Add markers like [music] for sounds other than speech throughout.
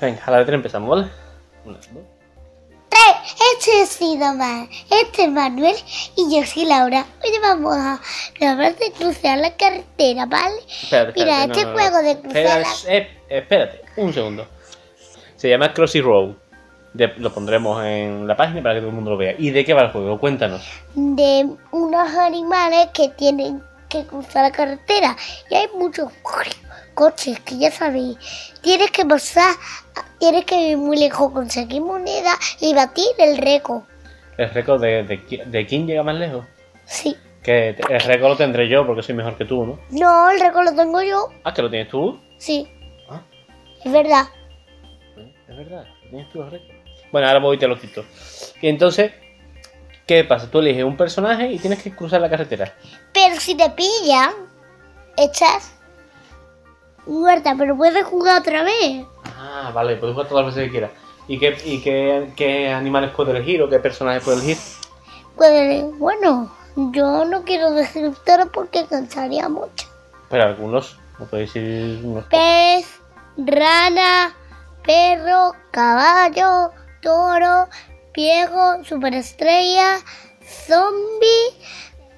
Venga, a la de tres empezamos, ¿vale? Una, dos. Este es Idomar, este es Manuel y yo soy Laura. Hoy vamos a grabar de cruzar la carretera, ¿vale? Espérate, espérate, Mira, no, este no, no. juego de cruzar Espera, eh, espérate, un segundo. Se llama Crossy Road. De- lo pondremos en la página para que todo el mundo lo vea. ¿Y de qué va el juego? Cuéntanos. de unos animales que tienen que cruzar la carretera. Y hay muchos coches que ya sabéis. Tienes que pasar, tienes que ir muy lejos, conseguir monedas y batir el récord. El récord de, de, qui- de quién llega más lejos. Sí. Que te- el récord lo tendré yo porque soy mejor que tú, ¿no? No, el récord lo tengo yo. Ah, que lo tienes tú. Sí, Ah, es verdad. es verdad, que tienes tú el récord. Bueno, ahora voy y te lo quito. Y entonces, ¿qué pasa? Tú eliges un personaje y tienes que cruzar la carretera. Pero si te pillan, estás muerta, pero puedes jugar otra vez. Ah, vale, puedes jugar todas las veces que quieras. ¿Y qué, y qué, qué animales puedes elegir o qué personajes puedes elegir? Pues, bueno, yo no quiero decir todo porque cansaría mucho. Pero algunos, no puedes decir unos. Pez, rana, perro, caballo, toro, viejo, superestrella, zombie,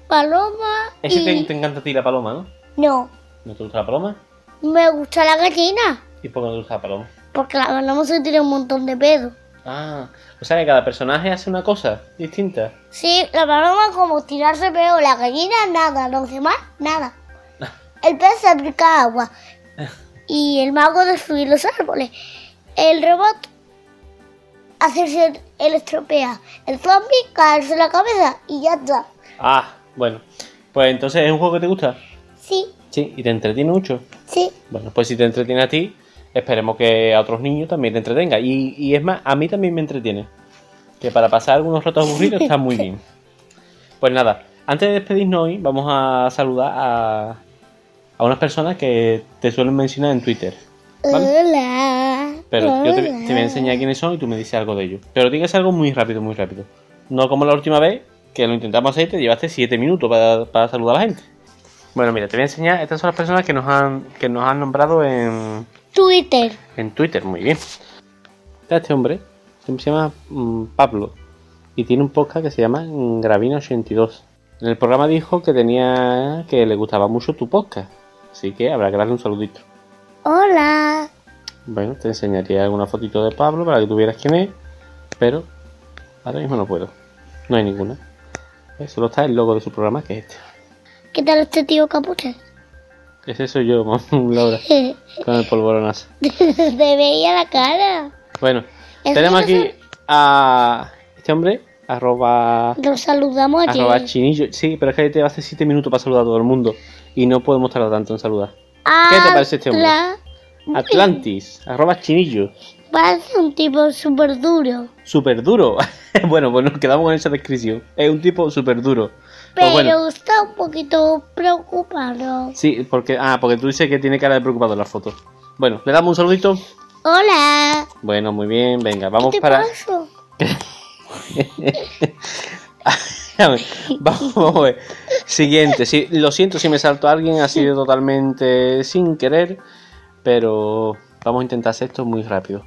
paloma Ese te, y... te encanta a ti la paloma, ¿no? No, ¿No te gusta la paloma? me gusta la gallina ¿Y por qué no te gusta la paloma? porque la paloma se tiene un montón de pedo. Ah, o sea que cada personaje hace una cosa distinta. Sí, la paloma como tirarse peor, la gallina nada, los demás [laughs] nada. El pez aplica agua y el mago destruir los árboles. El robot hacerse el estropea. El zombie caerse la cabeza y ya está. Ah, bueno. Pues entonces es un juego que te gusta. Sí, Sí, y te entretiene mucho. sí, Bueno, pues si te entretiene a ti, esperemos que a otros niños también te entretenga. Y, y es más, a mí también me entretiene. Que para pasar algunos ratos aburridos está muy bien. Pues nada, antes de despedirnos hoy, vamos a saludar a, a unas personas que te suelen mencionar en Twitter. ¿vale? Hola. Pero yo te, te hola. voy a enseñar quiénes son y tú me dices algo de ellos. Pero tienes algo muy rápido, muy rápido. No como la última vez, que lo intentamos hacer y te llevaste 7 minutos para, para saludar a la gente. Bueno, mira, te voy a enseñar. Estas son las personas que nos han, que nos han nombrado en, Twitter. en Twitter, muy bien. Está este hombre, se llama mm, Pablo, y tiene un podcast que se llama mm, Gravina82. En el programa dijo que tenía que le gustaba mucho tu podcast, así que habrá que darle un saludito. Hola. Bueno, te enseñaría alguna fotito de Pablo para que tuvieras quién es, pero ahora mismo no puedo. No hay ninguna. Eh, Solo está el logo de su programa, que es este. ¿Qué tal este tío [laughs] capuche? Ese soy yo, [laughs] Laura, con el polvoronazo. Te veía la cara. Bueno, Es tenemos que no aquí a este hombre, arroba, Los saludamos ayer. arroba chinillo. Sí, pero es que te hace 7 minutos para saludar a todo el mundo y no podemos tardar tanto en saludar. ¿Qué te parece este hombre? Atla- Atlantis, arroba chinillo. Parece un tipo súper duro. Súper duro. [laughs] bueno, pues nos quedamos con esa descripción. Es un tipo súper duro. Pero Pues bueno. está un poquito preocupado. Sí, porque ah, porque tú dices que tiene cara de preocupado en la foto. Bueno, le damos un saludito. Hola. Bueno, muy bien, venga, ¿Qué vamos te para pasa? [laughs] vamos, vamos a ver. Siguiente, sí, lo siento si me salto a alguien, ha sido totalmente sin querer, pero vamos a intentar hacer esto muy rápido.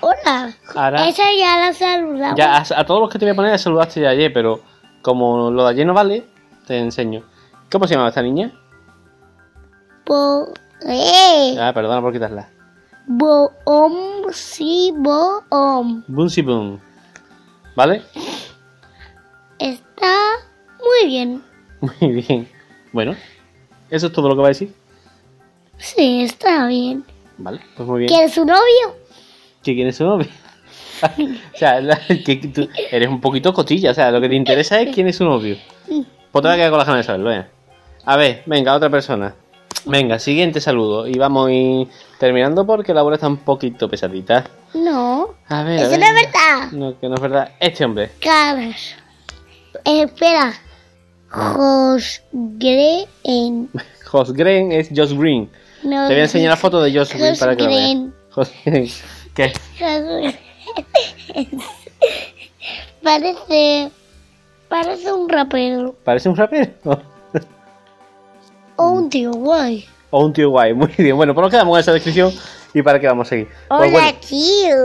Hola. Ahora- Esa ya la saludamos. Ya a, a todos los que te voy a poner ya saludaste ya ayer, pero como lo de ayer no vale, te enseño. ¿Cómo se llamaba esta niña? Bo- eh. Ah, perdona por quitarla. Bo- om, sí, bo, om. Boonsy Boom. ¿Vale? Está muy bien. Muy bien. Bueno, eso es todo lo que va a decir. Sí, está bien. Vale, pues muy bien. ¿Quién es su novio? ¿Que quién es su novio? [laughs] o sea, la- que tú eres un poquito cotilla, o sea, lo que te interesa es quién es su novio. Pues te vas a quedar con las ganas de saberlo, venga. A ver, venga, otra persona. Venga, siguiente saludo. Y vamos a ir terminando porque la bola está un poquito pesadita. No. A ver, a Eso ver. no es verdad. No, que no es verdad. Este hombre. caras. Espera. Josgreen. Jos Green es Josh Green. No, Te voy a enseñar la foto de Josh Green Jos para que lo veas. Green. Jos Green. [laughs] ¿Qué? Josgreen. [laughs] parece. Parece un rapero. ¿Parece un rapero? [laughs] O un tío guay. O un tío guay, muy bien. Bueno, pues nos quedamos con esa descripción ¿Y para qué vamos a seguir? Pues Hola, bueno, tío.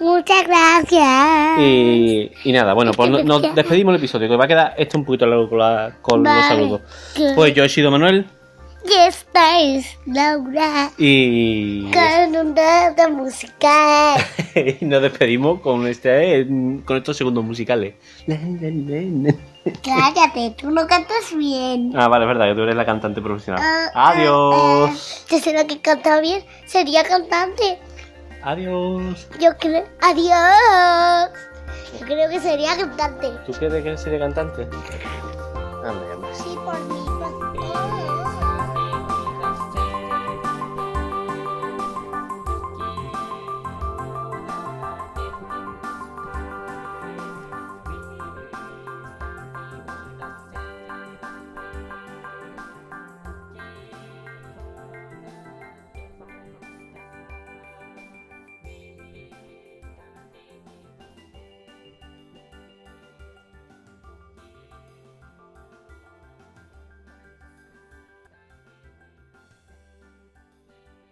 Muchas gracias. y, y nada, bueno, pues no- nos despedimos el episodio, que va a quedar este un poquito largo con, la- con los Vale. saludos. Que- Pues yo he sido Manuel Y esta es Laura. y, Con un dato musical. [laughs] y nos despedimos con este con estos segundos musicales. Cállate, tú no cantas bien. Ah, vale, es verdad, que tú eres la cantante profesional. Ah, ah, Adiós. ah. Yo sé lo que canta bien. Sería cantante. eh. Adiós. Yo creo. Adiós. Yo creo que sería cantante. ¿Tú quieres que sería cantante? Anda, ya me- Sí, por mí. por-